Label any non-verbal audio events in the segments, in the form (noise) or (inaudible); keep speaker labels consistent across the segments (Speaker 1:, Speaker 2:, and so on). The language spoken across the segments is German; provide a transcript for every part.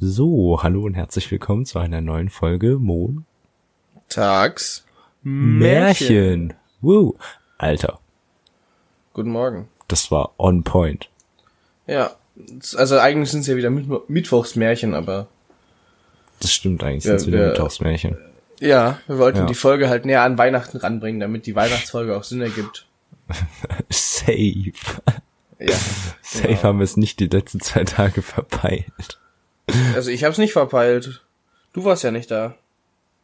Speaker 1: So, hallo und herzlich willkommen zu einer neuen Folge Mo
Speaker 2: Tags.
Speaker 1: Märchen. Woo. Alter,
Speaker 2: Guten Morgen.
Speaker 1: das war on point.
Speaker 2: Ja, also eigentlich sind es ja wieder Mittwo- Mittwochsmärchen, aber
Speaker 1: Das stimmt eigentlich,
Speaker 2: Ja,
Speaker 1: sonst wieder
Speaker 2: wir-
Speaker 1: Mittagsmärchen.
Speaker 2: ja, wir wollten
Speaker 1: Ja.
Speaker 2: die Folge halt näher an Weihnachten ranbringen, damit die Weihnachtsfolge auch Sinn ergibt.
Speaker 1: (laughs) Safe. (laughs)
Speaker 2: Ja,
Speaker 1: Safe haben wir es nicht die letzten zwei Tage verpeilt.
Speaker 2: also ich hab's nicht verpeilt. Du warst ja nicht da.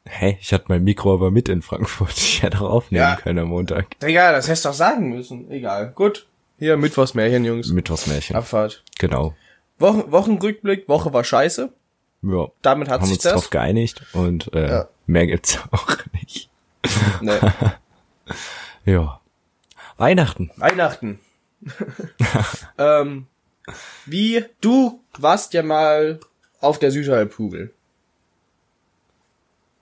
Speaker 1: Hä? Ich hatte mein Mikro aber mit in Frankfurt. (laughs) Ich hätte auch aufnehmen
Speaker 2: Ja.
Speaker 1: können am Montag.
Speaker 2: Egal, das hättest du doch sagen müssen. Egal, gut. Hier, Mittwochsmärchen, Jungs.
Speaker 1: Mittagsmärchen.
Speaker 2: Abfahrt.
Speaker 1: Genau.
Speaker 2: Wochen Wochenrückblick, Woche war scheiße.
Speaker 1: Ja.
Speaker 2: Damit hat
Speaker 1: haben
Speaker 2: sich
Speaker 1: uns
Speaker 2: das.
Speaker 1: drauf geeinigt und äh,
Speaker 2: Ja.
Speaker 1: mehr gibt's (laughs) auch nicht.
Speaker 2: Nee.
Speaker 1: (laughs) Ja. Weihnachten.
Speaker 2: Weihnachten. (laughs) ähm, wie, du warst ja mal auf der Südhalbkugel.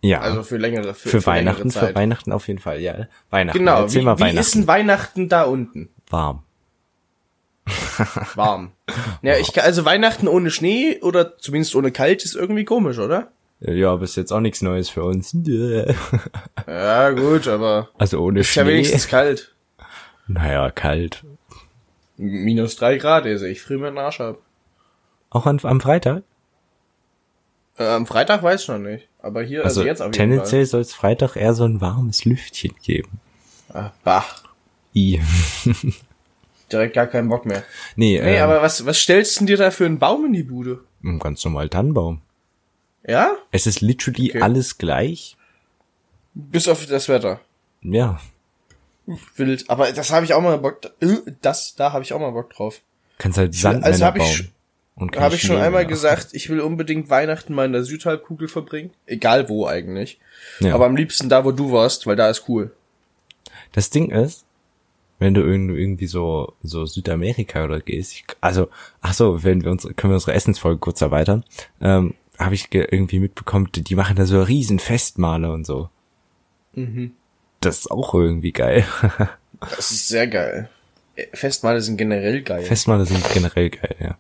Speaker 1: Ja.
Speaker 2: Also für längere für,
Speaker 1: für,
Speaker 2: für
Speaker 1: Weihnachten,
Speaker 2: längere Zeit.
Speaker 1: für Weihnachten auf jeden Fall, ja. Weihnachten.
Speaker 2: Genau,
Speaker 1: Erzähl
Speaker 2: wie,
Speaker 1: mal
Speaker 2: wie ist
Speaker 1: Weihnachten.
Speaker 2: denn Weihnachten da unten?
Speaker 1: Warm. (laughs)
Speaker 2: Warm. ja, ich, kann- also Weihnachten ohne Schnee oder zumindest ohne kalt ist irgendwie komisch, oder?
Speaker 1: Ja, aber ist jetzt auch nichts Neues für uns. (laughs)
Speaker 2: Ja, gut, aber
Speaker 1: Also ohne
Speaker 2: ist ja
Speaker 1: Schnee.
Speaker 2: wenigstens kalt.
Speaker 1: naja, kalt.
Speaker 2: Minus drei Grad, also ich friere mir den Arsch ab.
Speaker 1: Auch an, am Freitag?
Speaker 2: Äh, am Freitag weiß ich noch nicht, aber hier, also,
Speaker 1: Also,
Speaker 2: jetzt auf jeden Fall.
Speaker 1: tendenziell soll es Freitag eher so ein warmes Lüftchen geben.
Speaker 2: Ah, bah,
Speaker 1: I. (laughs)
Speaker 2: direkt gar keinen Bock mehr.
Speaker 1: Nee,
Speaker 2: Nee,
Speaker 1: ähm,
Speaker 2: aber was, was stellst denn dir da für einen Baum in die Bude?
Speaker 1: ein ganz normal Tannenbaum.
Speaker 2: Ja?
Speaker 1: Es ist literally
Speaker 2: Okay.
Speaker 1: alles gleich.
Speaker 2: Bis auf das Wetter.
Speaker 1: Ja,
Speaker 2: Wild. Aber das habe ich auch mal Bock. äh, Das, da habe ich auch mal Bock drauf.
Speaker 1: kannst halt
Speaker 2: will-
Speaker 1: Sand
Speaker 2: also hab ich sch-
Speaker 1: und kein
Speaker 2: Habe ich schon
Speaker 1: Schnee
Speaker 2: einmal
Speaker 1: mehr.
Speaker 2: gesagt, ich will unbedingt Weihnachten mal in der Südhalbkugel verbringen. Egal wo eigentlich.
Speaker 1: Ja.
Speaker 2: Aber am liebsten da, wo du warst, weil da ist cool.
Speaker 1: Das Ding ist, wenn du irgendwie, irgendwie so, so Südamerika oder gehst, ich, also, ach so, wenn wir uns, können wir unsere Essensfolge kurz erweitern, ähm, habe ich ge- irgendwie mitbekommen, die, die machen da so riesen Festmale und so. Das ist auch irgendwie geil. (laughs)
Speaker 2: Das ist sehr geil. Äh, Festmale sind generell geil.
Speaker 1: Festmale sind generell geil, ja.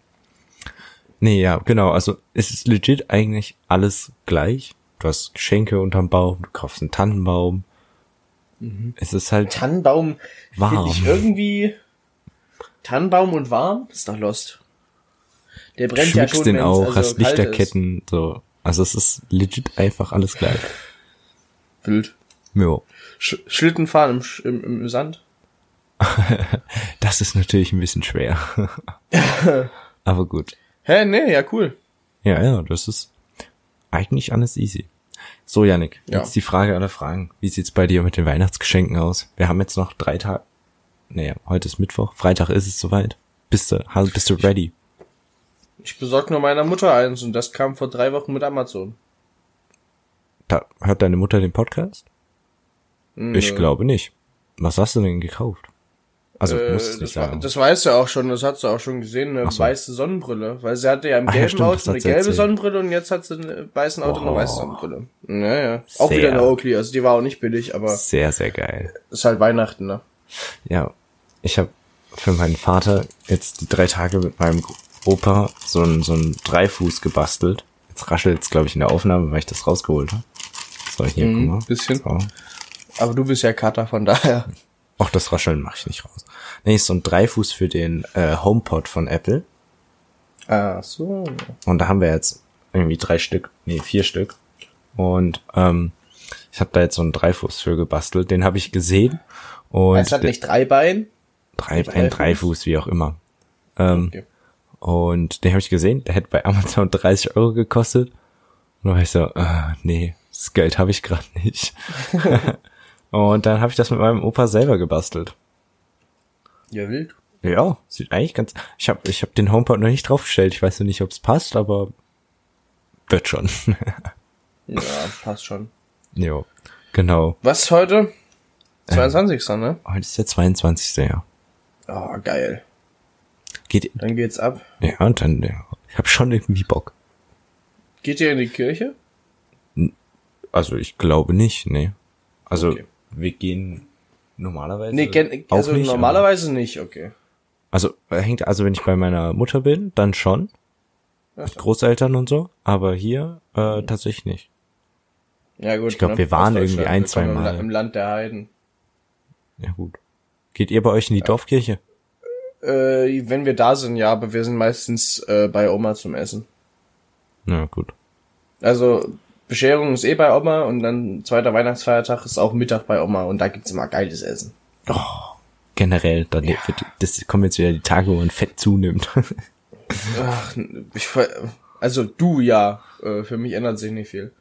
Speaker 1: Nee, ja, genau, also es ist legit eigentlich alles gleich. Du hast Geschenke unterm Baum, du kaufst einen Tannenbaum. Es ist halt
Speaker 2: Tannenbaum
Speaker 1: Warm.
Speaker 2: finde ich irgendwie. Tannenbaum und warm? Ist doch lost. Der brennt ja
Speaker 1: schmückst
Speaker 2: schon.
Speaker 1: den
Speaker 2: wenn's
Speaker 1: auch,
Speaker 2: also
Speaker 1: hast
Speaker 2: kalt ist.
Speaker 1: Lichterketten, so. Also es ist legit einfach alles gleich.
Speaker 2: Wild.
Speaker 1: Jo.
Speaker 2: Sch Schlitten fahren im, Sch- im, im Sand.
Speaker 1: Das ist natürlich ein bisschen
Speaker 2: (laughs)
Speaker 1: schwer. Aber gut.
Speaker 2: Hä, nee, ja, cool.
Speaker 1: Ja, ja, das ist eigentlich alles easy. So, Yannick,
Speaker 2: Ja.
Speaker 1: jetzt die Frage aller Fragen. Wie sieht's bei dir mit den Weihnachtsgeschenken aus? Wir haben jetzt noch drei Tage. Naja, heute ist Mittwoch, Freitag ist es soweit. Bist du, hast- bist du ready?
Speaker 2: Ich besorge nur meiner Mutter eins und das kam vor drei Wochen mit Amazon.
Speaker 1: Da, hört deine Mutter den Podcast? Ich glaube nicht. Was hast du denn gekauft? Also,
Speaker 2: Äh,
Speaker 1: musst du nicht
Speaker 2: das, war,
Speaker 1: sagen.
Speaker 2: das weiß du auch schon, das hat sie auch schon gesehen, eine
Speaker 1: so.
Speaker 2: weiße Sonnenbrille. Weil sie hatte ja im
Speaker 1: Ach ja,
Speaker 2: gelben
Speaker 1: stimmt, das
Speaker 2: Auto
Speaker 1: hat
Speaker 2: eine
Speaker 1: sie
Speaker 2: gelbe
Speaker 1: erzählt.
Speaker 2: Sonnenbrille und jetzt hat sie einen weißen Auto eine weiße
Speaker 1: Oh.
Speaker 2: Sonnenbrille. Naja, auch wieder
Speaker 1: Sehr.
Speaker 2: eine Oakley, also die war auch nicht billig, aber
Speaker 1: Sehr, sehr geil.
Speaker 2: ist halt Weihnachten, ne?
Speaker 1: Ja, ich habe für meinen Vater jetzt die drei Tage mit meinem Opa so ein so ein Dreifuß gebastelt. Jetzt raschelt's, glaub glaube ich, in der Aufnahme, weil ich das rausgeholt habe. So, hier, guck mal.
Speaker 2: Mhm, bisschen.
Speaker 1: So.
Speaker 2: Aber du bist ja Kater,
Speaker 1: (laughs)
Speaker 2: von daher.
Speaker 1: Auch das Rascheln mache ich nicht raus. Nee, ist so ein Dreifuß für den äh, HomePod von Apple.
Speaker 2: Ach Ah, so.
Speaker 1: Und da haben wir jetzt irgendwie drei Stück, nee, vier Stück. Und ähm, ich habe da jetzt so einen Dreifuß für gebastelt. Den habe ich gesehen. Und
Speaker 2: Es hat nicht drei Beine.
Speaker 1: drei, ein
Speaker 2: Dreifuß?
Speaker 1: Dreifuß, wie auch immer. Ähm,
Speaker 2: Okay.
Speaker 1: Und den habe ich gesehen, der hätte bei Amazon (laughs) 30 Euro gekostet. Und da war ich so, ah, nee, das Geld habe ich gerade
Speaker 2: (laughs)
Speaker 1: nicht. und dann habe ich das mit meinem Opa selber gebastelt.
Speaker 2: Ja, wild.
Speaker 1: Ja, sieht eigentlich ganz. Ich habe ich hab den HomePod noch nicht draufgestellt. Ich weiß noch nicht, ob es passt, aber wird schon. (laughs)
Speaker 2: Ja, passt schon.
Speaker 1: jo, genau.
Speaker 2: Was ist heute? 22. ne?
Speaker 1: Heute ist der 22. Ja.
Speaker 2: Oh, geil.
Speaker 1: Geht,
Speaker 2: Dann geht's ab.
Speaker 1: ja, und dann, ja. ich habe schon irgendwie Bock.
Speaker 2: Geht ihr in die Kirche?
Speaker 1: Also ich glaube nicht, nee. Also
Speaker 2: Okay.
Speaker 1: wir gehen normalerweise.
Speaker 2: Nee, gen-
Speaker 1: Äh, auch
Speaker 2: also
Speaker 1: nicht, aber-
Speaker 2: normalerweise nicht, okay.
Speaker 1: Also äh, hängt, also wenn ich bei meiner Mutter bin, dann schon. mit Großeltern und so, aber hier
Speaker 2: Mhm.
Speaker 1: äh, tatsächlich nicht.
Speaker 2: Ja, gut.
Speaker 1: Ich glaub,
Speaker 2: ne?
Speaker 1: wir waren
Speaker 2: Aus
Speaker 1: irgendwie
Speaker 2: Deutschland.
Speaker 1: ein,
Speaker 2: Wir kommen
Speaker 1: zwei
Speaker 2: im La-
Speaker 1: Mal.
Speaker 2: Im Land der Heiden.
Speaker 1: Ja gut. Geht ihr bei euch in die Dorfkirche?
Speaker 2: Äh, wenn wir da sind, ja, aber wir sind meistens äh, bei Oma zum Essen.
Speaker 1: Na gut.
Speaker 2: Also Bescherung ist eh bei Oma und dann zweiter Weihnachtsfeiertag ist auch Mittag bei Oma und da gibt's immer geiles Essen.
Speaker 1: Generell, dann wird, das kommen jetzt wieder die Tage, wo man Fett zunimmt. (laughs)
Speaker 2: Ach, ich, ver- also du ja, äh, für mich ändert sich nicht viel.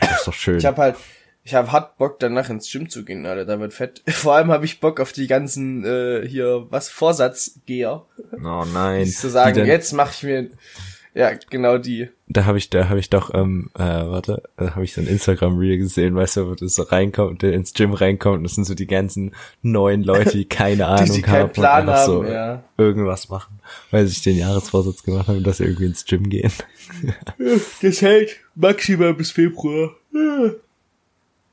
Speaker 1: das ist doch schön.
Speaker 2: Ich habe halt, ich habe hart Bock danach ins Gym zu gehen, Alter, da wird fett. (laughs) Vor allem habe ich Bock auf die ganzen äh, hier was Vorsatzgeher,
Speaker 1: oh nein.
Speaker 2: die zu sagen,
Speaker 1: Die dann-
Speaker 2: jetzt mache ich mir, ja genau die.
Speaker 1: Da habe ich, da habe ich doch, ähm, äh, warte, da habe ich so ein Instagram-Reel gesehen, weißt du, wo das so reinkommt, der ins Gym reinkommt und das sind so die ganzen neuen Leute,
Speaker 2: (laughs)
Speaker 1: die keine Ahnung
Speaker 2: die keinen
Speaker 1: haben
Speaker 2: Plan
Speaker 1: und einfach so
Speaker 2: haben, ja.
Speaker 1: irgendwas machen, weil sie sich den Jahresvorsatz gemacht haben, dass sie irgendwie ins Gym gehen. (laughs)
Speaker 2: Das hält maximal bis Februar. Ah.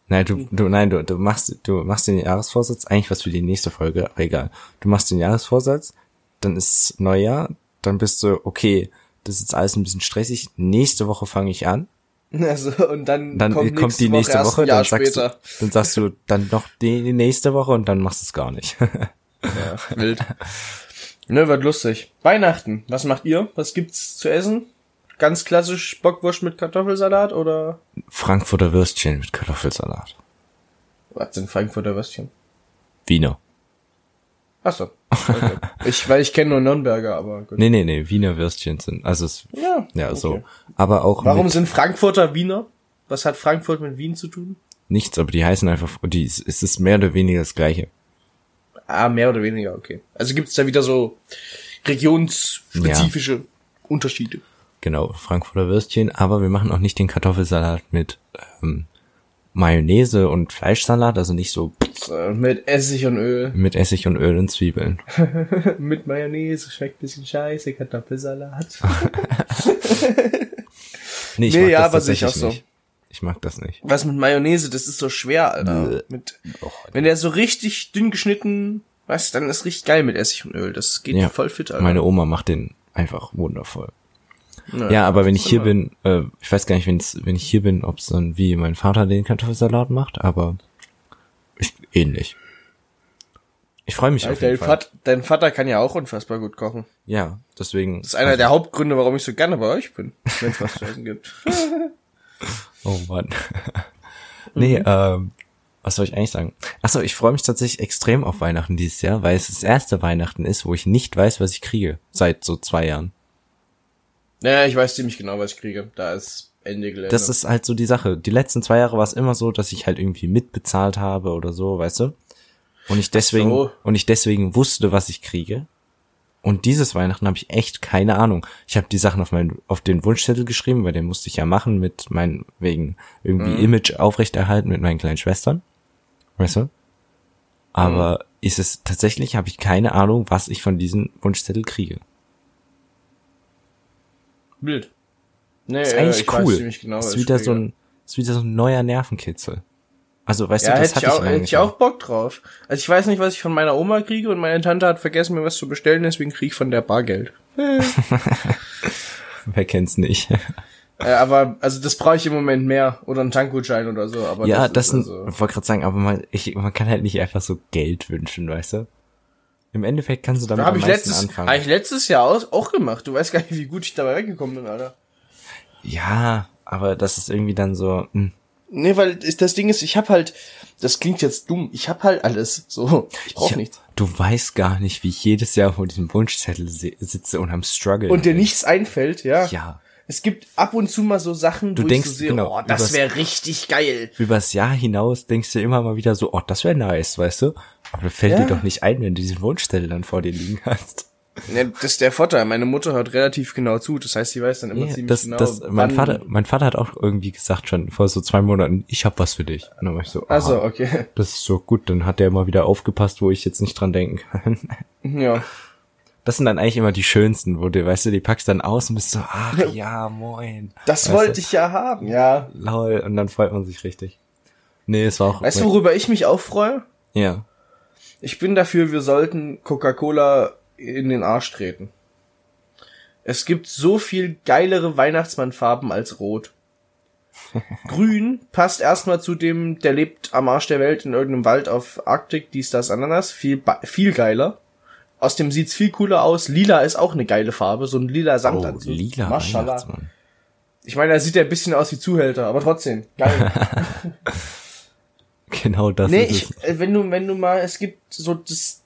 Speaker 1: Nein, du, du, nein, du, du machst, du machst den Jahresvorsatz, eigentlich was für die nächste Folge, aber egal. Du machst den Jahresvorsatz, dann ist Neujahr, dann bist du, okay, das ist jetzt alles ein bisschen stressig, nächste Woche fange ich an,
Speaker 2: Also und dann,
Speaker 1: dann kommt, die nächste
Speaker 2: erst ein
Speaker 1: Woche,
Speaker 2: Jahr
Speaker 1: dann sagst,
Speaker 2: später.
Speaker 1: du, dann sagst du dann noch die, die nächste Woche und dann machst du es gar nicht. (laughs)
Speaker 2: Ja, wild. ne, wird lustig. Weihnachten, was macht ihr? Was gibt's zu essen? Ganz klassisch Bockwurst mit Kartoffelsalat oder
Speaker 1: Frankfurter Würstchen mit Kartoffelsalat.
Speaker 2: was sind Frankfurter Würstchen?
Speaker 1: Wiener.
Speaker 2: Achso.
Speaker 1: (laughs)
Speaker 2: Okay. ich, weil ich kenne nur Nürnberger, aber gut.
Speaker 1: Nee, nee, nee, Wiener Würstchen sind, also es,
Speaker 2: Ja,
Speaker 1: ja, so.
Speaker 2: okay.
Speaker 1: Aber auch
Speaker 2: Warum
Speaker 1: mit
Speaker 2: sind Frankfurter Wiener? Was hat Frankfurt mit Wien zu tun?
Speaker 1: nichts, aber die heißen einfach, die, es ist mehr oder weniger das Gleiche.
Speaker 2: Ah, mehr oder weniger, okay. Also gibt's da wieder so regionsspezifische Unterschiede.
Speaker 1: Genau, Frankfurter Würstchen, aber wir machen auch nicht den Kartoffelsalat mit ähm, Mayonnaise und Fleischsalat, also nicht so
Speaker 2: So, Äh, mit Essig und Öl,
Speaker 1: mit Essig und Öl und Zwiebeln.
Speaker 2: (laughs) mit Mayonnaise, schmeckt bisschen scheiße, Kartoffelsalat.
Speaker 1: Nee, ich
Speaker 2: Nee, ja, aber
Speaker 1: tatsächlich
Speaker 2: sehe ich auch so.
Speaker 1: nicht. Ich mag das nicht.
Speaker 2: (laughs) Was mit Mayonnaise, das ist so schwer, Alter.
Speaker 1: Bäh.
Speaker 2: Mit,
Speaker 1: Och,
Speaker 2: wenn der so richtig dünn geschnitten, weißt, dann ist richtig geil mit Essig und Öl. Das geht
Speaker 1: Ja,
Speaker 2: voll fit, Alter.
Speaker 1: meine Oma macht den einfach wundervoll.
Speaker 2: Ja,
Speaker 1: Ja, aber wenn ich hier
Speaker 2: immer.
Speaker 1: bin, äh, ich weiß gar nicht, wenn's, wenn ich hier bin, ob es dann wie mein Vater den Kartoffelsalat macht, aber ich, ähnlich. Ich freue mich auf
Speaker 2: Alter,
Speaker 1: jeden
Speaker 2: dein,
Speaker 1: Fall.
Speaker 2: Vat, dein Vater kann ja auch unfassbar gut kochen.
Speaker 1: Ja, deswegen.
Speaker 2: Das ist einer der Hauptgründe, warum ich so gerne bei euch bin, wenn es was zu essen gibt.
Speaker 1: (laughs) Oh Mann. (laughs) nee,
Speaker 2: Mhm.
Speaker 1: ähm, was soll ich eigentlich sagen? Achso, ich freue mich tatsächlich extrem auf Weihnachten dieses Jahr, weil es das erste Weihnachten ist, wo ich nicht weiß, was ich kriege. Seit so zwei Jahren.
Speaker 2: Naja, ich weiß ziemlich genau, was ich kriege. Da ist Ende Gelände.
Speaker 1: Das ist halt so die Sache. Die letzten zwei Jahre war es immer so, dass ich halt irgendwie mitbezahlt habe oder so, weißt du? Und ich deswegen,
Speaker 2: so.
Speaker 1: und ich deswegen wusste, was ich kriege. Und dieses Weihnachten habe ich echt keine Ahnung. Ich habe die Sachen auf meinen, auf den Wunschzettel geschrieben, weil den musste ich ja machen mit meinen, wegen irgendwie Image aufrechterhalten mit meinen kleinen Schwestern. Weißt du? Aber ist es tatsächlich, habe ich keine Ahnung, was ich von diesem Wunschzettel kriege.
Speaker 2: wild. Nee,
Speaker 1: ist
Speaker 2: äh,
Speaker 1: eigentlich
Speaker 2: ich
Speaker 1: cool.
Speaker 2: weiß ziemlich genau, was
Speaker 1: ist
Speaker 2: ich
Speaker 1: wieder so
Speaker 2: kriege.
Speaker 1: ein, ist wieder so ein neuer Nervenkitzel. Also, weißt
Speaker 2: Ja,
Speaker 1: du, das
Speaker 2: hätte ich, auch,
Speaker 1: hatte ich,
Speaker 2: hätte ich auch Bock drauf. Also ich weiß nicht, was ich von meiner Oma kriege und meine Tante hat vergessen, mir was zu bestellen, deswegen kriege ich von der Bargeld.
Speaker 1: (laughs) Wer kennt's nicht?
Speaker 2: Äh, aber also das brauche ich im Moment mehr oder einen Tankgutschein oder so. Aber
Speaker 1: ja,
Speaker 2: ist
Speaker 1: das sind,
Speaker 2: also-
Speaker 1: wollte gerade sagen, aber man, ich, man kann halt nicht einfach so Geld wünschen, weißt du? Im Endeffekt kannst du damit
Speaker 2: da habe
Speaker 1: am
Speaker 2: ich
Speaker 1: meisten
Speaker 2: letztes, hab
Speaker 1: anfangen.
Speaker 2: ich letztes Jahr aus, auch gemacht. Du weißt gar nicht, wie gut ich dabei weggekommen bin, Alter.
Speaker 1: Ja, aber das ist irgendwie dann so, hm,
Speaker 2: Nee, weil ist- das Ding ist, ich habe halt, das klingt jetzt dumm, ich habe halt alles. So, ich brauche
Speaker 1: ich-
Speaker 2: nichts.
Speaker 1: Du weißt gar nicht, wie ich jedes Jahr vor diesem Wunschzettel se- sitze und am Struggle.
Speaker 2: Und dir nichts einfällt, ja.
Speaker 1: Ja.
Speaker 2: Es gibt ab und zu mal so Sachen,
Speaker 1: Du
Speaker 2: wo
Speaker 1: denkst,
Speaker 2: ich so sehe,
Speaker 1: genau,
Speaker 2: oh, das
Speaker 1: übers-
Speaker 2: wäre richtig geil.
Speaker 1: Übers Jahr hinaus denkst du immer mal wieder so, oh, das wäre nice, weißt du? Aber das fällt
Speaker 2: Ja.
Speaker 1: dir doch nicht ein, wenn du diesen Wunschzettel dann vor dir liegen hast.
Speaker 2: Ja, Ne, das ist der Vorteil. Meine Mutter hört relativ genau zu. Das heißt, sie weiß dann immer
Speaker 1: Ja,
Speaker 2: ziemlich
Speaker 1: das,
Speaker 2: genau.
Speaker 1: das, mein,
Speaker 2: wann-
Speaker 1: Vater, mein Vater hat auch irgendwie gesagt schon vor so zwei Monaten, ich hab was für dich. Und dann war ich so, aha,
Speaker 2: Also, okay. (laughs)
Speaker 1: das ist so gut, dann hat er immer wieder aufgepasst, wo ich jetzt nicht dran denken kann. (laughs)
Speaker 2: Ja.
Speaker 1: Das sind dann eigentlich immer die schönsten, wo du, weißt du, die packst dann aus und bist so, ach ja, moin.
Speaker 2: Das
Speaker 1: Weißt
Speaker 2: wollte
Speaker 1: du?
Speaker 2: ich ja haben. Ja.
Speaker 1: Lol, und dann freut man sich richtig. Nee, es war auch.
Speaker 2: Weißt du, worüber ich mich auch freue?
Speaker 1: ja.
Speaker 2: Ich bin dafür, wir sollten Coca-Cola in den Arsch treten. Es gibt so viel geilere Weihnachtsmannfarben
Speaker 1: (laughs)
Speaker 2: als Rot. Grün passt erstmal zu dem, der lebt am Arsch der Welt in irgendeinem Wald auf Arktik, dies, das, Ananas. Viel, ba- viel geiler. Aus dem sieht's viel cooler aus. Lila ist auch eine geile Farbe, so ein lila
Speaker 1: Oh,
Speaker 2: Samtanzug.
Speaker 1: lila
Speaker 2: Maschallah.
Speaker 1: Weihnachtsmann.
Speaker 2: Ich meine, er sieht ja ein bisschen aus wie Zuhälter, aber trotzdem,
Speaker 1: (laughs)
Speaker 2: geil.
Speaker 1: Genau das
Speaker 2: nee,
Speaker 1: ist es.
Speaker 2: ich, äh, wenn du, wenn du mal, es gibt so das,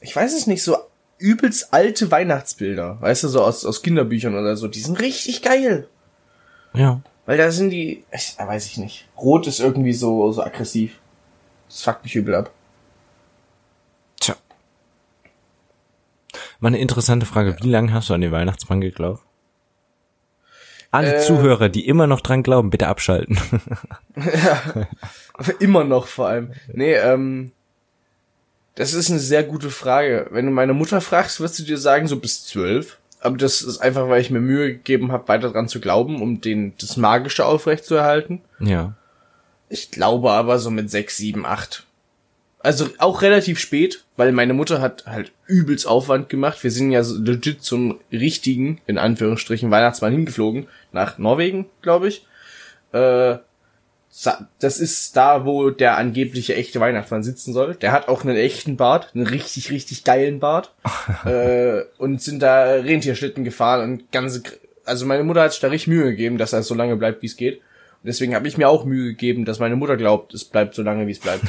Speaker 2: ich weiß es nicht, so übelst alte Weihnachtsbilder, weißt du, so aus, aus Kinderbüchern oder so, die sind richtig geil.
Speaker 1: Ja.
Speaker 2: Weil da sind die, ich, äh, weiß ich nicht. Rot ist irgendwie so, so aggressiv. Das fuckt mich übel ab. (laughs)
Speaker 1: Tja. Mal eine interessante Frage. Wie lange hast du an den Weihnachtsmann geglaubt? Alle
Speaker 2: Äh.
Speaker 1: Zuhörer, die immer noch dran glauben, bitte abschalten. (laughs)
Speaker 2: Immer noch vor allem. Nee, ähm, das ist eine sehr gute Frage. Wenn du meine Mutter fragst, wirst du dir sagen, so bis zwölf. Aber das ist einfach, weil ich mir Mühe gegeben habe, weiter dran zu glauben, um den, das Magische aufrechtzuerhalten.
Speaker 1: ja.
Speaker 2: Ich glaube aber so mit sechs, sieben, acht. Also auch relativ spät, weil meine Mutter hat halt übelst Aufwand gemacht. Wir sind ja so legit zum richtigen, in Anführungsstrichen, Weihnachtsmann hingeflogen. Nach Norwegen, glaube ich. Äh, sa- das ist da, wo der angebliche echte Weihnachtsmann sitzen soll. Der hat auch einen echten Bart, einen richtig, richtig geilen Bart. äh, und sind da Rentierschlitten gefahren und ganze. Gr- Also meine Mutter hat sich da richtig Mühe gegeben, dass er so lange bleibt, wie es geht. Und deswegen habe ich mir auch Mühe gegeben, dass meine Mutter glaubt, es bleibt so lange, wie es bleibt.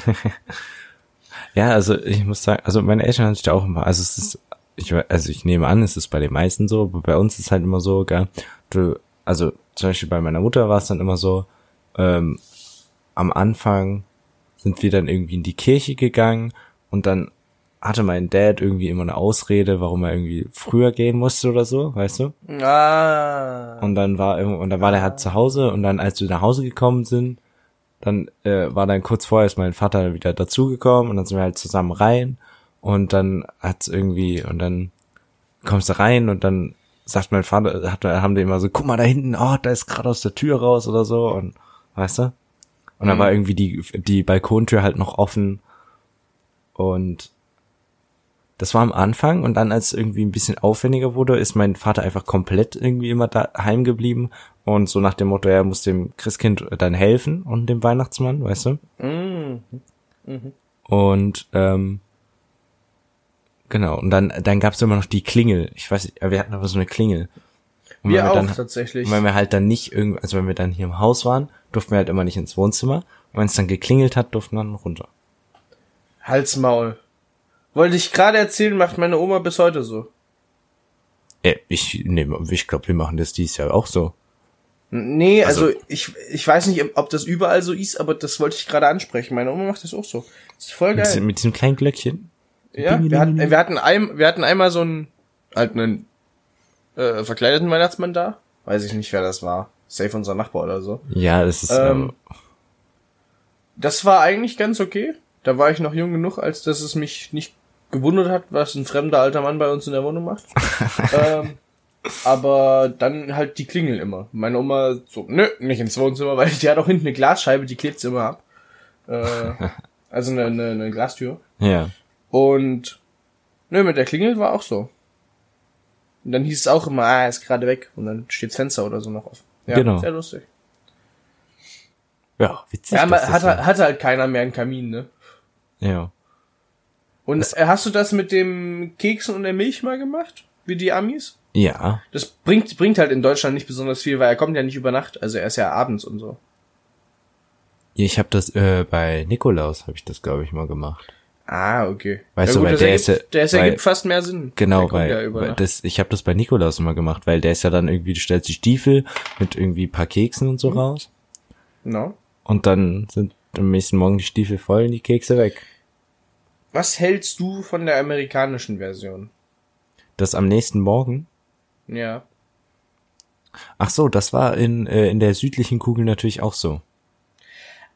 Speaker 1: Ja, also ich muss sagen, also meine Eltern hatten sich da auch immer, also es ist, ich, we- also ich nehme an, es ist bei den meisten so, aber bei uns ist halt immer so, gell, du, also zum Beispiel bei meiner Mutter war es dann immer so, ähm, am Anfang sind wir dann irgendwie in die Kirche gegangen und dann hatte mein Dad irgendwie immer eine Ausrede, warum er irgendwie früher gehen musste oder so, weißt du?
Speaker 2: (laughs) ah.
Speaker 1: Und dann war irgend- und dann war der halt zu Hause und dann, als wir nach Hause gekommen sind, dann äh, war dann kurz vorher ist mein Vater wieder dazugekommen und dann sind wir halt zusammen rein und dann hat's irgendwie und dann kommst du rein und dann sagt mein Vater, hat, haben die immer so, guck mal da hinten, oh, da ist gerade aus der Tür raus oder so und weißt du? Und dann
Speaker 2: Mhm.
Speaker 1: war irgendwie die die Balkontür halt noch offen und das war am Anfang und dann, als es irgendwie ein bisschen aufwendiger wurde, ist mein Vater einfach komplett irgendwie immer daheim geblieben und so nach dem Motto, er muss dem Christkind dann helfen und dem Weihnachtsmann, weißt du?
Speaker 2: Mm.
Speaker 1: Und ähm, genau, und dann, dann gab's immer noch die Klingel. Ich weiß nicht, wir hatten aber so eine Klingel. Und wenn
Speaker 2: Wir auch
Speaker 1: dann,
Speaker 2: tatsächlich.
Speaker 1: und wenn wir halt dann nicht irgendwie, also wenn wir dann hier im Haus waren, durften wir halt immer nicht ins Wohnzimmer. Und wenn es dann geklingelt hat, durften wir dann runter.
Speaker 2: Halsmaul. Wollte ich gerade erzählen, macht meine Oma bis heute so.
Speaker 1: Äh, ich nehme, ich glaube, wir machen das dieses Jahr auch so.
Speaker 2: N- Nee, also,
Speaker 1: Also-
Speaker 2: ich, ich weiß nicht, ob das überall so ist, aber das wollte ich gerade ansprechen. Meine Oma macht das auch so. Ist voll
Speaker 1: Mit,
Speaker 2: geil.
Speaker 1: diesem- mit diesem kleinen Glöckchen.
Speaker 2: Ja, wir hatten, wir hatten, ein, wir hatten einmal so einen, halt einen äh, verkleideten Weihnachtsmann da. Weiß ich nicht, wer das war. Safe unser Nachbar oder so.
Speaker 1: Ja, das ist
Speaker 2: Ähm,
Speaker 1: ähm,
Speaker 2: Das war eigentlich ganz okay. Da war ich noch jung genug, als dass es mich nicht gewundert hat, was ein fremder alter Mann bei uns in der Wohnung macht. ähm, aber dann halt die Klingel immer. Meine Oma so, nö, nicht ins Wohnzimmer, (laughs) weil die hat auch hinten eine Glasscheibe, die klebt's immer ab. Äh, also eine, eine, eine Glastür.
Speaker 1: ähm, ja.
Speaker 2: Und nö, mit der Klingel war auch so. Und dann hieß es auch immer, ah, er ist gerade weg. Und dann steht's Fenster oder so noch offen. Ja,
Speaker 1: Genau.
Speaker 2: Sehr lustig.
Speaker 1: Ja, witzig.
Speaker 2: Ja, man,
Speaker 1: dass das
Speaker 2: hat,
Speaker 1: so-
Speaker 2: halt- hat halt keiner mehr einen Kamin, ne?
Speaker 1: ja.
Speaker 2: Und äh, hast du das mit dem Keksen und der Milch mal gemacht? Wie die Amis?
Speaker 1: ja,
Speaker 2: Das bringt, bringt halt in Deutschland nicht besonders viel, weil er kommt ja nicht über Nacht. Also er ist ja abends und so.
Speaker 1: ich habe das äh, bei Nikolaus habe ich das glaube ich mal gemacht.
Speaker 2: Ah, okay.
Speaker 1: Weißt du, weil
Speaker 2: das
Speaker 1: der
Speaker 2: ergibt,
Speaker 1: ist ja-
Speaker 2: der ist
Speaker 1: weil-
Speaker 2: ergibt fast mehr Sinn. Der
Speaker 1: Genau,
Speaker 2: kommt
Speaker 1: weil,
Speaker 2: ja über
Speaker 1: weil
Speaker 2: Nacht.
Speaker 1: das ich habe das bei Nikolaus immer gemacht, weil der ist ja dann irgendwie du stellst die Stiefel mit irgendwie ein paar Keksen
Speaker 2: Mhm.
Speaker 1: und so raus
Speaker 2: Genau.
Speaker 1: und dann sind am nächsten Morgen die Stiefel voll und die Kekse weg.
Speaker 2: Was hältst du von der amerikanischen Version?
Speaker 1: Das am nächsten Morgen.
Speaker 2: Ja.
Speaker 1: Ach so, das war in äh, in der südlichen Kugel natürlich auch so.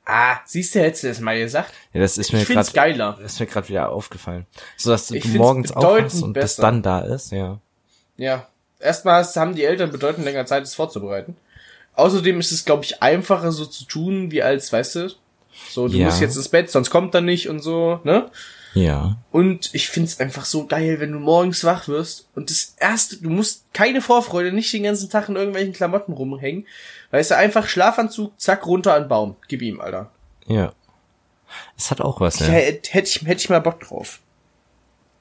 Speaker 2: Ah, siehst du, hättest du das mal gesagt?
Speaker 1: Ja, das ist mir
Speaker 2: Ich find's
Speaker 1: gerade
Speaker 2: geiler.
Speaker 1: das ist mir gerade wieder aufgefallen, so dass du
Speaker 2: Ich find's
Speaker 1: morgens aufwachst
Speaker 2: bedeutend
Speaker 1: und das
Speaker 2: besser.
Speaker 1: dann da ist, ja.
Speaker 2: Ja. Erstmal hast- haben die Eltern bedeutend länger Zeit, es vorzubereiten. Außerdem ist es, glaube ich, einfacher so zu tun, wie als, weißt du, so, du
Speaker 1: Ja.
Speaker 2: musst jetzt ins Bett, sonst kommt er nicht und so, ne?
Speaker 1: Ja.
Speaker 2: Und ich find's einfach so geil, wenn du morgens wach wirst und das erste, du musst keine Vorfreude, nicht den ganzen Tag in irgendwelchen Klamotten rumhängen. Weißt du, einfach Schlafanzug, zack, runter an den Baum. Gib ihm, Alter.
Speaker 1: Ja. Es hat auch was,
Speaker 2: Ja.
Speaker 1: ne?
Speaker 2: Hätte ich, hätte ich mal Bock drauf.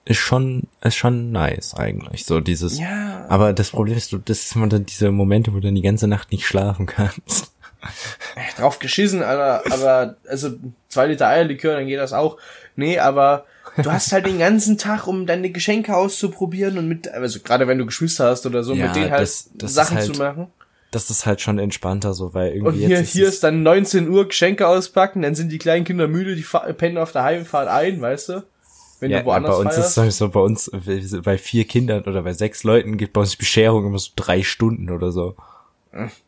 Speaker 1: Ist schon, ist schon nice eigentlich. So dieses.
Speaker 2: Ja.
Speaker 1: Aber das Problem ist, du- das sind dann diese Momente, wo du dann die ganze Nacht nicht schlafen kannst. (laughs)
Speaker 2: äh, drauf geschissen, aber, aber also zwei Liter Eierlikör, dann geht das auch. Nee, aber du hast halt den ganzen Tag, um deine Geschenke auszuprobieren und mit, also gerade wenn du Geschwister hast oder so,
Speaker 1: Ja,
Speaker 2: mit denen halt
Speaker 1: das- das ist
Speaker 2: Sachen
Speaker 1: halt-
Speaker 2: zu machen.
Speaker 1: Das ist halt schon entspannter so, weil irgendwie
Speaker 2: Und hier,
Speaker 1: jetzt
Speaker 2: hier
Speaker 1: es-
Speaker 2: ist dann 19 Uhr Geschenke auspacken, dann sind die kleinen Kinder müde, die fa- pennen auf der Heimfahrt ein, weißt du? Wenn
Speaker 1: ja,
Speaker 2: du woanders
Speaker 1: bei uns ist
Speaker 2: feierst.
Speaker 1: es so, bei uns, äh, bei vier Kindern oder bei sechs Leuten gibt bei uns die Bescherung immer so drei Stunden oder so.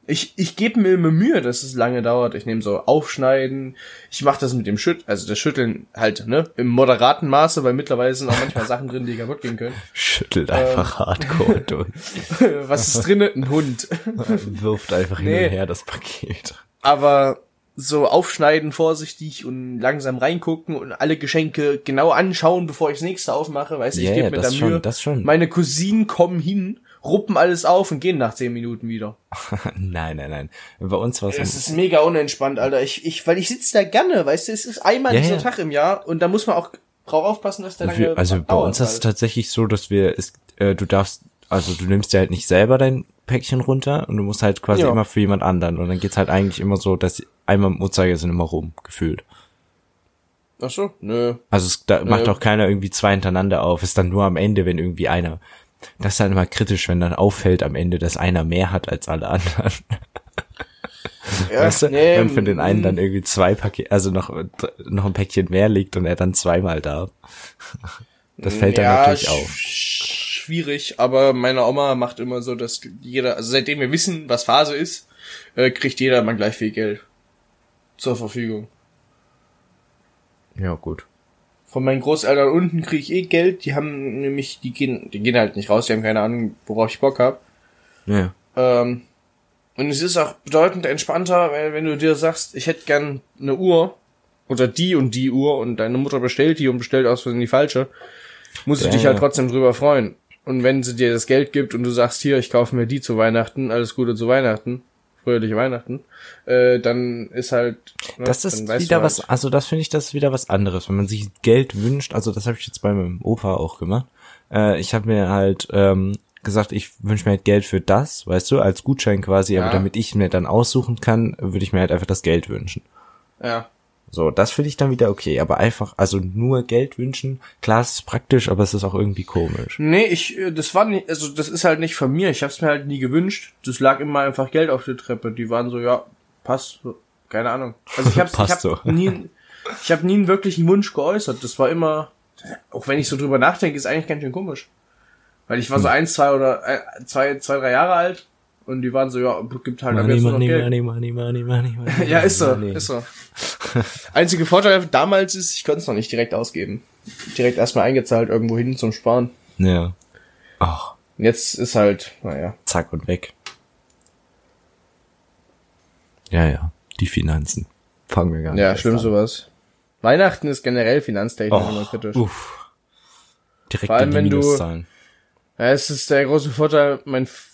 Speaker 2: Ich, ich gebe mir immer Mühe, dass es lange dauert. Ich nehme so Aufschneiden. Ich mache das mit dem Schütteln, also das Schütteln halt, ne? Im moderaten Maße, weil mittlerweile sind auch manchmal Sachen drin, die kaputt gehen können.
Speaker 1: Schüttelt
Speaker 2: Ähm.
Speaker 1: einfach
Speaker 2: (laughs)
Speaker 1: hardcore durch.
Speaker 2: Was ist drinne? Ein Hund. (laughs)
Speaker 1: Wirft einfach hin
Speaker 2: Nee.
Speaker 1: und her das Paket. (laughs)
Speaker 2: Aber so aufschneiden vorsichtig und langsam reingucken und alle Geschenke genau anschauen, bevor ich das nächste aufmache. Weißt du,
Speaker 1: Ja,
Speaker 2: ich gebe
Speaker 1: ja,
Speaker 2: mir
Speaker 1: das
Speaker 2: da
Speaker 1: schon,
Speaker 2: Mühe.
Speaker 1: das schon.
Speaker 2: Meine Cousinen kommen hin, ruppen alles auf und gehen nach zehn Minuten wieder.
Speaker 1: nein, nein, nein. Bei uns war
Speaker 2: Das
Speaker 1: es
Speaker 2: ist mega unentspannt, Alter. Ich, ich, weil ich sitze da gerne, weißt du, es ist einmal
Speaker 1: Ja,
Speaker 2: dieser
Speaker 1: ja.
Speaker 2: Tag im Jahr und da muss man auch drauf aufpassen, dass der lange
Speaker 1: wir, also bei
Speaker 2: dauert
Speaker 1: uns ist es
Speaker 2: halt.
Speaker 1: tatsächlich so, dass wir es, äh, du darfst, also du nimmst dir halt nicht selber dein Päckchen runter und du musst halt quasi
Speaker 2: Ja.
Speaker 1: immer für jemand anderen und dann geht's halt eigentlich immer so, dass einmal im Uhrzeigersinn immer rum gefühlt.
Speaker 2: Ach so, nö.
Speaker 1: Also es da macht
Speaker 2: Ja.
Speaker 1: auch keiner irgendwie zwei hintereinander auf. Ist dann nur am Ende, wenn irgendwie einer. Das ist dann immer kritisch, wenn dann auffällt am Ende, dass einer mehr hat als alle anderen. (laughs)
Speaker 2: Ja,
Speaker 1: weißt du?
Speaker 2: nee,
Speaker 1: wenn für den einen
Speaker 2: mm.
Speaker 1: dann irgendwie zwei Pakete, also noch, noch ein Päckchen mehr liegt und er dann zweimal darf. (laughs) Das fällt dann natürlich
Speaker 2: sch-
Speaker 1: auf.
Speaker 2: Schwierig, aber meine Oma macht immer so, dass jeder, also seitdem wir wissen, was Phase ist, äh, kriegt jeder mal gleich viel Geld zur Verfügung.
Speaker 1: Ja, gut.
Speaker 2: Von meinen Großeltern unten kriege ich eh Geld, die haben nämlich, die gehen, die gehen halt nicht raus, die haben keine Ahnung, worauf ich Bock hab.
Speaker 1: Ja.
Speaker 2: Ähm, und es ist auch bedeutend entspannter, weil wenn du dir sagst, ich hätte gern eine Uhr oder die und die Uhr und deine Mutter bestellt die und bestellt aus Versehen die falsche, musst
Speaker 1: Ja,
Speaker 2: du dich halt
Speaker 1: ja.
Speaker 2: trotzdem drüber freuen. Und wenn sie dir das Geld gibt und du sagst, hier, ich kaufe mir die zu Weihnachten, alles Gute zu Weihnachten, fröhliche Weihnachten, äh, dann ist halt... ne,
Speaker 1: Das
Speaker 2: dann
Speaker 1: ist
Speaker 2: weißt
Speaker 1: wieder
Speaker 2: du
Speaker 1: was,
Speaker 2: halt-
Speaker 1: also das finde ich, das ist wieder was anderes. Wenn man sich Geld wünscht, also das habe ich jetzt bei meinem Opa auch gemacht. Äh, ich habe mir halt ähm, gesagt, ich wünsche mir halt Geld für das, weißt du, als Gutschein quasi, aber
Speaker 2: Ja.
Speaker 1: damit ich mir dann aussuchen kann, würde ich mir halt einfach das Geld wünschen.
Speaker 2: Ja.
Speaker 1: So, das finde ich dann wieder okay, aber einfach, also nur Geld wünschen, klar, es ist praktisch, aber es ist auch irgendwie komisch.
Speaker 2: Nee, ich, äh, das war nicht, also das ist halt nicht von mir. Ich hab's mir halt nie gewünscht. Das lag immer einfach Geld auf der Treppe. Die waren so, ja, passt, so. keine Ahnung. Also ich hab's,
Speaker 1: Passt
Speaker 2: ich hab
Speaker 1: so.
Speaker 2: nie, ich habe nie einen wirklichen Wunsch geäußert. Das war immer, auch wenn ich so drüber nachdenke, ist eigentlich ganz schön komisch. Weil ich war
Speaker 1: Hm.
Speaker 2: so eins, zwei oder äh, zwei, zwei, drei Jahre alt und die waren so, ja, gibt halt ab
Speaker 1: Money,
Speaker 2: jetzt nur noch
Speaker 1: money,
Speaker 2: Geld.
Speaker 1: money, money, money, money, money,
Speaker 2: (laughs) Ja, ist so,
Speaker 1: money.
Speaker 2: ist so. Einziger Vorteil damals ist, ich konnte es noch nicht direkt ausgeben. Direkt erstmal eingezahlt irgendwo hin zum Sparen.
Speaker 1: Ja. Ach,
Speaker 2: Und Jetzt ist halt, naja.
Speaker 1: zack und weg. Ja, ja, die Finanzen. Fangen wir gar nicht
Speaker 2: Ja,
Speaker 1: erst
Speaker 2: schlimm
Speaker 1: an.
Speaker 2: sowas. Weihnachten ist generell finanztechnisch immer kritisch.
Speaker 1: Uff. Direkt
Speaker 2: Vor allem,
Speaker 1: in
Speaker 2: wenn
Speaker 1: die
Speaker 2: du-
Speaker 1: Minuszahlen.
Speaker 2: Ja, es ist der große Vorteil, mein, F-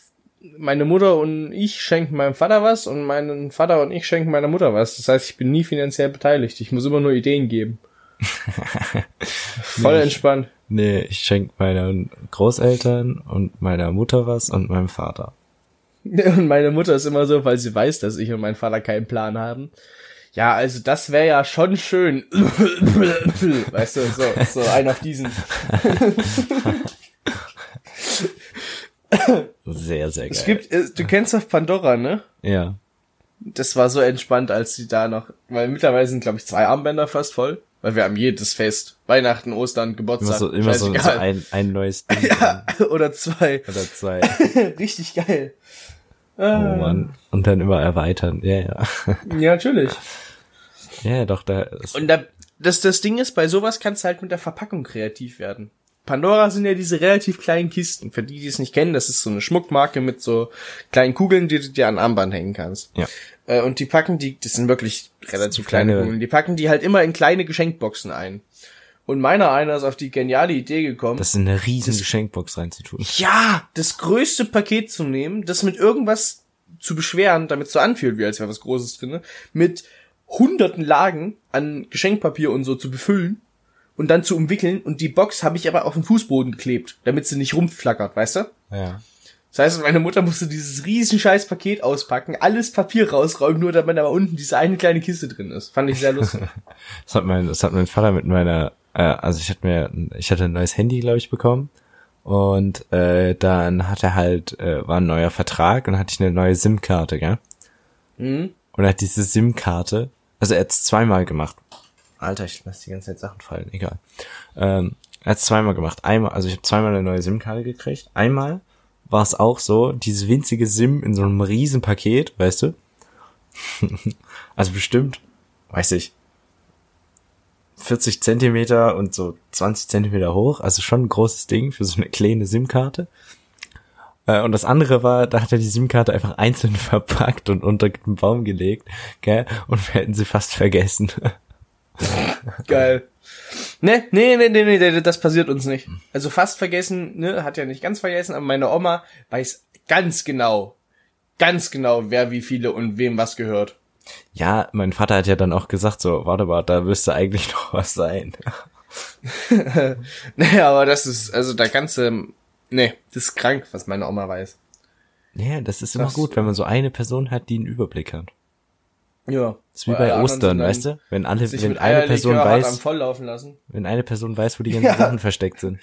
Speaker 2: meine Mutter und ich schenken meinem Vater was und mein Vater und ich schenken meiner Mutter was. Das heißt, ich bin nie finanziell beteiligt. Ich muss immer nur Ideen (laughs) geben. Voll entspannt. (laughs)
Speaker 1: Nee, ich schenke meinen Großeltern und meiner Mutter was und meinem Vater.
Speaker 2: Und meine Mutter ist immer so, weil sie weiß, dass ich und mein Vater keinen Plan haben. Ja, also das wäre ja schon schön. (laughs) Weißt du, so, so ein auf diesen.
Speaker 1: Sehr, sehr geil.
Speaker 2: Es gibt, äh, du kennst doch Pandora, ne?
Speaker 1: ja.
Speaker 2: das war so entspannt, als sie da noch, weil mittlerweile sind, glaube ich, zwei Armbänder fast voll, weil wir haben jedes Fest, Weihnachten, Ostern,
Speaker 1: Immer
Speaker 2: Geburtstag,
Speaker 1: so, immer so, so
Speaker 2: scheißegal.
Speaker 1: ein, ein
Speaker 2: (laughs)
Speaker 1: neues Ding
Speaker 2: oder zwei, (laughs)
Speaker 1: oder zwei.
Speaker 2: richtig geil.
Speaker 1: Oh Mann. Und dann immer erweitern. Ja, ja. (laughs)
Speaker 2: Ja, natürlich.
Speaker 1: Ja, ja, doch, da ist.
Speaker 2: Und da, das, das Ding ist, bei sowas kannst du halt mit der Verpackung kreativ werden. Pandora sind ja diese relativ kleinen Kisten. Für die, die es nicht kennen, das ist so eine Schmuckmarke mit so kleinen Kugeln, die du dir an den Armband hängen kannst.
Speaker 1: Ja.
Speaker 2: Äh, und die packen die, das sind wirklich relativ
Speaker 1: kleine-
Speaker 2: kleine Kugeln, die packen die halt immer in kleine Geschenkboxen ein. Und meiner einer ist auf die geniale Idee gekommen,
Speaker 1: Das in eine riesen Geschenkbox reinzutun.
Speaker 2: ja, das größte Paket zu nehmen, das mit irgendwas zu beschweren, damit es so anfühlt, wie als wäre was Großes drinne, mit hunderten Lagen an Geschenkpapier und so zu befüllen und dann zu umwickeln. Und die Box habe ich aber auf den Fußboden geklebt, damit sie nicht rumflackert, weißt du?
Speaker 1: Ja.
Speaker 2: Das heißt, meine Mutter musste dieses riesen scheiß Paket auspacken, alles Papier rausräumen, nur damit aber unten diese eine kleine Kiste drin ist. Fand ich sehr lustig.
Speaker 1: Das hat mein, das hat mein Vater mit meiner, äh, also ich hatte mir, ich hatte ein neues Handy, glaube ich, bekommen. Und äh, dann hat er halt, äh, war ein neuer Vertrag und hatte ich eine neue SIM-Karte, gell?
Speaker 2: Mhm.
Speaker 1: Und er hat diese SIM-Karte, also er hat es zweimal gemacht. Alter, ich lasse die ganze Zeit Sachen fallen, egal. Ähm, er hat es zweimal gemacht. Einmal, also ich habe zweimal eine neue SIM-Karte gekriegt. Einmal war es auch so, dieses winzige SIM in so einem riesen Paket, weißt du? (laughs) also bestimmt, weiß ich, 40 Zentimeter und so 20 Zentimeter hoch, also schon ein großes Ding für so eine kleine SIM-Karte. Äh, Und das andere war, da hat er die SIM-Karte einfach einzeln (laughs) verpackt und unter den Baum gelegt, gell? Und wir hätten sie fast vergessen. (laughs)
Speaker 2: Geil. Ne, nee, nee, nee, nee, das passiert uns nicht. Also fast vergessen, ne, hat ja nicht ganz vergessen, aber meine Oma weiß ganz genau, ganz genau, wer wie viele und wem was gehört. (laughs)
Speaker 1: Ja, mein Vater hat ja dann auch gesagt, so, warte mal, da müsste eigentlich (laughs) noch was sein.
Speaker 2: Naja, aber das ist, also der ganze, nee, ne, das ist krank, was meine Oma weiß.
Speaker 1: Ja, das ist immer
Speaker 2: Das-
Speaker 1: gut, wenn man so eine Person hat, die einen Überblick hat.
Speaker 2: Ja.
Speaker 1: Das ist wie bei Ostern, weißt du? Wenn alle,
Speaker 2: Sich
Speaker 1: wenn
Speaker 2: mit
Speaker 1: eine Person
Speaker 2: am
Speaker 1: weiß,
Speaker 2: volllaufen lassen.
Speaker 1: wenn eine Person weiß,
Speaker 2: (laughs)
Speaker 1: wo die ganzen
Speaker 2: Ja.
Speaker 1: Sachen versteckt sind.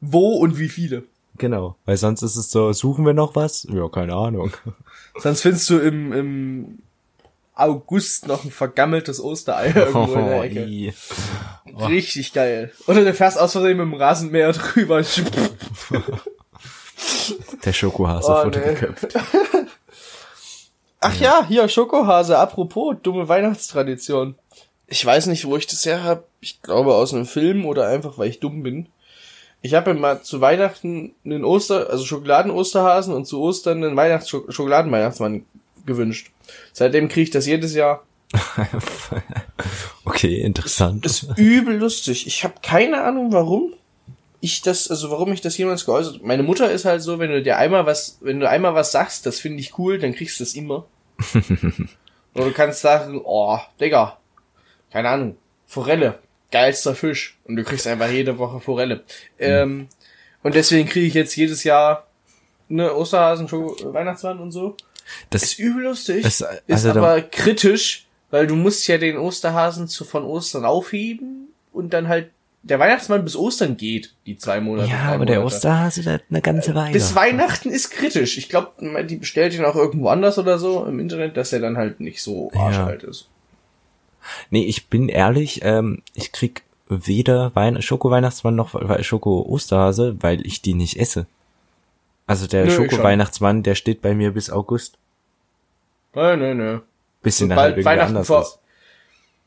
Speaker 2: Wo und wie viele?
Speaker 1: Genau. Weil sonst ist es so, suchen wir noch was? Ja, keine Ahnung.
Speaker 2: Sonst findest du im, im August noch ein vergammeltes Osterei
Speaker 1: Oh,
Speaker 2: (laughs) irgendwo in der Ecke.
Speaker 1: i.
Speaker 2: Richtig geil. Oder du fährst aus Versehen mit dem Rasenmäher drüber. Oh,
Speaker 1: der Schokohase wurde
Speaker 2: nee.
Speaker 1: geköpft. (laughs)
Speaker 2: Ach ja, hier, Schokohase. Apropos, dumme Weihnachtstradition. Ich weiß nicht, wo ich das her habe. Ich glaube aus einem Film oder einfach, weil ich dumm bin. Ich habe mal zu Weihnachten einen Oster, also Schokoladen-Osterhasen und zu Ostern einen Weihnachts Schokoladen-Weihnachtsmann gewünscht. Seitdem kriege ich das jedes Jahr.
Speaker 1: okay, interessant.
Speaker 2: Das ist übel lustig. Ich habe keine Ahnung, warum ich das, also warum ich das jemals geäußert habe. Meine Mutter ist halt so, wenn du dir einmal was, wenn du einmal was sagst, das finde ich cool, dann kriegst du es immer. Oder du kannst sagen, oh, Digga, keine Ahnung, Forelle, geilster Fisch. Und du kriegst einfach jede Woche Forelle. Ähm, und deswegen kriege ich jetzt jedes Jahr ne Osterhasen, Schoko- Weihnachtsmann und so.
Speaker 1: Das-
Speaker 2: ist übel lustig,
Speaker 1: Das-
Speaker 2: ist,
Speaker 1: also da-
Speaker 2: aber kritisch, weil du musst ja den Osterhasen zu, von Ostern aufheben und dann halt der Weihnachtsmann bis Ostern geht, die zwei Monate.
Speaker 1: ja,
Speaker 2: drei
Speaker 1: aber der
Speaker 2: Monate.
Speaker 1: Osterhase, der hat eine ganze Weile.
Speaker 2: Äh, Bis Weihnachten ist kritisch. Ich glaube, die bestellt ihn auch irgendwo anders oder so im Internet, dass er dann halt nicht so arschalt ist.
Speaker 1: Nee, ich bin ehrlich, ähm, ich krieg weder Wein Schoko-Weihnachtsmann noch We- Schoko-Osterhase, weil ich die nicht esse. Also der
Speaker 2: Nö, ich schon.
Speaker 1: Schoko-Weihnachtsmann, der steht bei mir bis August.
Speaker 2: Nein, nein, nein.
Speaker 1: Bis ihn dann halt
Speaker 2: Sobald
Speaker 1: irgendwie
Speaker 2: Weihnachten
Speaker 1: anders
Speaker 2: vor.
Speaker 1: ist.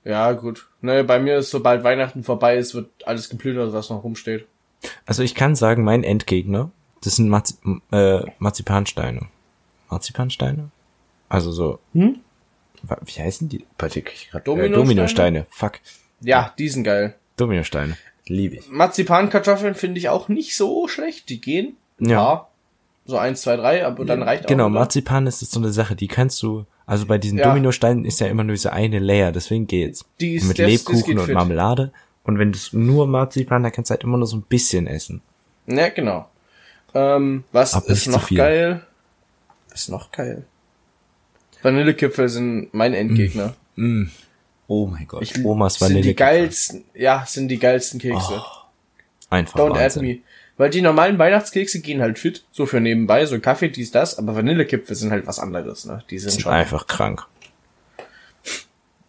Speaker 2: Ja, gut. Ne, bei mir ist, sobald Weihnachten vorbei ist, wird alles geplündert, was noch rumsteht.
Speaker 1: Also ich kann sagen, mein Endgegner, das sind Marzi m- äh, Marzipansteine. Marzipansteine? Also so.
Speaker 2: Hm?
Speaker 1: Wa- Wie heißen die? Warte, ich grad- Äh,
Speaker 2: Dominosteine?
Speaker 1: Dominosteine. Fuck.
Speaker 2: Ja, die sind geil.
Speaker 1: Dominosteine. Liebe ich.
Speaker 2: Marzipankartoffeln finde ich auch nicht so schlecht. Die gehen.
Speaker 1: Ja.
Speaker 2: So eins, zwei, drei, aber dann reicht
Speaker 1: Genau,
Speaker 2: auch. oder?
Speaker 1: Marzipan ist so eine Sache, die kannst du, also bei diesen
Speaker 2: Ja.
Speaker 1: Dominosteinen ist ja immer nur diese eine Layer, deswegen geht's.
Speaker 2: Die ist-
Speaker 1: Und mit
Speaker 2: das- das
Speaker 1: Lebkuchen
Speaker 2: geht
Speaker 1: und
Speaker 2: fit.
Speaker 1: Marmelade. Und wenn du nur Marzipan, dann kannst du halt immer nur so ein bisschen essen.
Speaker 2: Ja, genau. Ähm, was
Speaker 1: Aber nicht
Speaker 2: ist
Speaker 1: zu
Speaker 2: noch
Speaker 1: viel.
Speaker 2: geil? Was ist noch geil? Vanillekipferl sind mein Endgegner.
Speaker 1: Oh mein Gott.
Speaker 2: Ich,
Speaker 1: Hm. Omas
Speaker 2: sind
Speaker 1: Vanille.
Speaker 2: die geilsten, ja, sind die geilsten Kekse.
Speaker 1: Einfach.
Speaker 2: Don't add
Speaker 1: Wahnsinn.
Speaker 2: me. Weil die normalen Weihnachtskekse gehen halt fit, so für nebenbei, so Kaffee, dies, das, aber Vanillekipferl sind halt was anderes, ne? Die sind
Speaker 1: Sind
Speaker 2: schon,
Speaker 1: Einfach krank.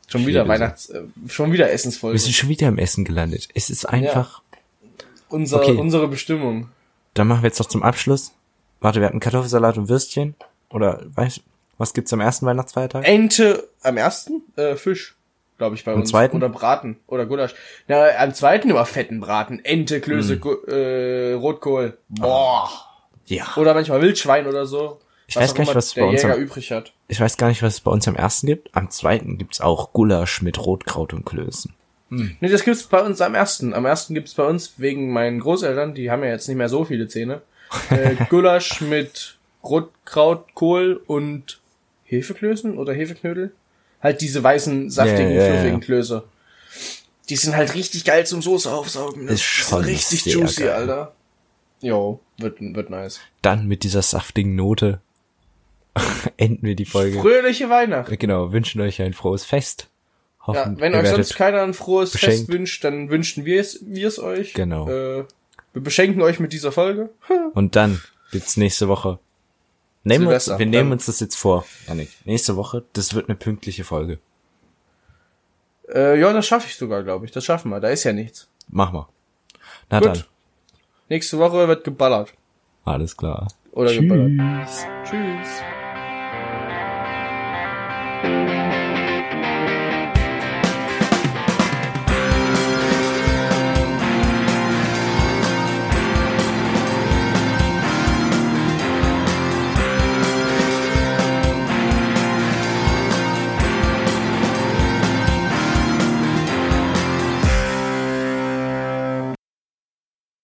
Speaker 2: schon wieder
Speaker 1: viele
Speaker 2: Weihnachts, äh, schon wieder Essensfolge.
Speaker 1: Wir sind schon wieder im Essen gelandet. Es ist einfach,
Speaker 2: Unser,
Speaker 1: okay.
Speaker 2: Unsere Bestimmung.
Speaker 1: dann machen wir jetzt noch zum Abschluss. Warte, wir hatten Kartoffelsalat und Würstchen. Oder, weißt, was gibt's am ersten Weihnachtsfeiertag?
Speaker 2: Äh, Ente am ersten, äh, Fisch, glaube ich, bei
Speaker 1: Am
Speaker 2: uns.
Speaker 1: zweiten?
Speaker 2: Oder Braten oder Gulasch. Na, am zweiten immer fetten Braten. Ente,
Speaker 1: Hm.
Speaker 2: Klöße, Gu- äh, Rotkohl. Boah.
Speaker 1: Ja.
Speaker 2: Oder manchmal Wildschwein oder so.
Speaker 1: Ich weiß
Speaker 2: auch
Speaker 1: gar nicht,
Speaker 2: immer
Speaker 1: was es
Speaker 2: der
Speaker 1: bei uns
Speaker 2: Jäger
Speaker 1: am-
Speaker 2: übrig hat.
Speaker 1: Ich weiß gar nicht, was es bei uns am ersten gibt. Am zweiten gibt's auch Gulasch mit Rotkraut und Klößen.
Speaker 2: Nee, das gibt's bei uns am ersten. Am ersten gibt's bei uns wegen meinen Großeltern, die haben ja jetzt nicht mehr so
Speaker 1: (laughs)
Speaker 2: viele Zähne, äh, Gulasch mit Rotkraut, Kohl und Hefeklößen oder Hefeknödel. Halt diese weißen, saftigen,
Speaker 1: Ja, ja, ja.
Speaker 2: fluffigen Klöße. Die sind halt richtig geil zum Soße aufsaugen. ne?
Speaker 1: Ist
Speaker 2: Die sind
Speaker 1: schon
Speaker 2: richtig
Speaker 1: sehr
Speaker 2: juicy,
Speaker 1: geil.
Speaker 2: Alter. Jo, wird, wird nice.
Speaker 1: Dann mit dieser saftigen Note (laughs) enden wir die Folge.
Speaker 2: Fröhliche Weihnachten.
Speaker 1: genau, wünschen euch ein frohes Fest.
Speaker 2: Ja,
Speaker 1: Hoffen,
Speaker 2: wenn
Speaker 1: ihr
Speaker 2: euch
Speaker 1: werdet-
Speaker 2: sonst keiner ein frohes Fest
Speaker 1: beschenkt.
Speaker 2: wünscht, dann wünschen wir es, wir es euch.
Speaker 1: Genau.
Speaker 2: Äh, wir beschenken euch mit dieser Folge.
Speaker 1: Und dann gibt's nächste Woche. Nehmen wir uns,
Speaker 2: Silvester,
Speaker 1: wir nehmen
Speaker 2: dann-
Speaker 1: uns das jetzt vor, Janik. Nächste Woche, das wird eine pünktliche Folge.
Speaker 2: Äh, ja, das schaffe ich sogar, glaube ich. Das schaffen wir. Da ist ja nichts.
Speaker 1: Mach mal. Na
Speaker 2: Gut.
Speaker 1: dann.
Speaker 2: Nächste Woche wird geballert.
Speaker 1: Alles klar.
Speaker 2: Oder geballert.
Speaker 1: Tschüss.
Speaker 2: Tschüss.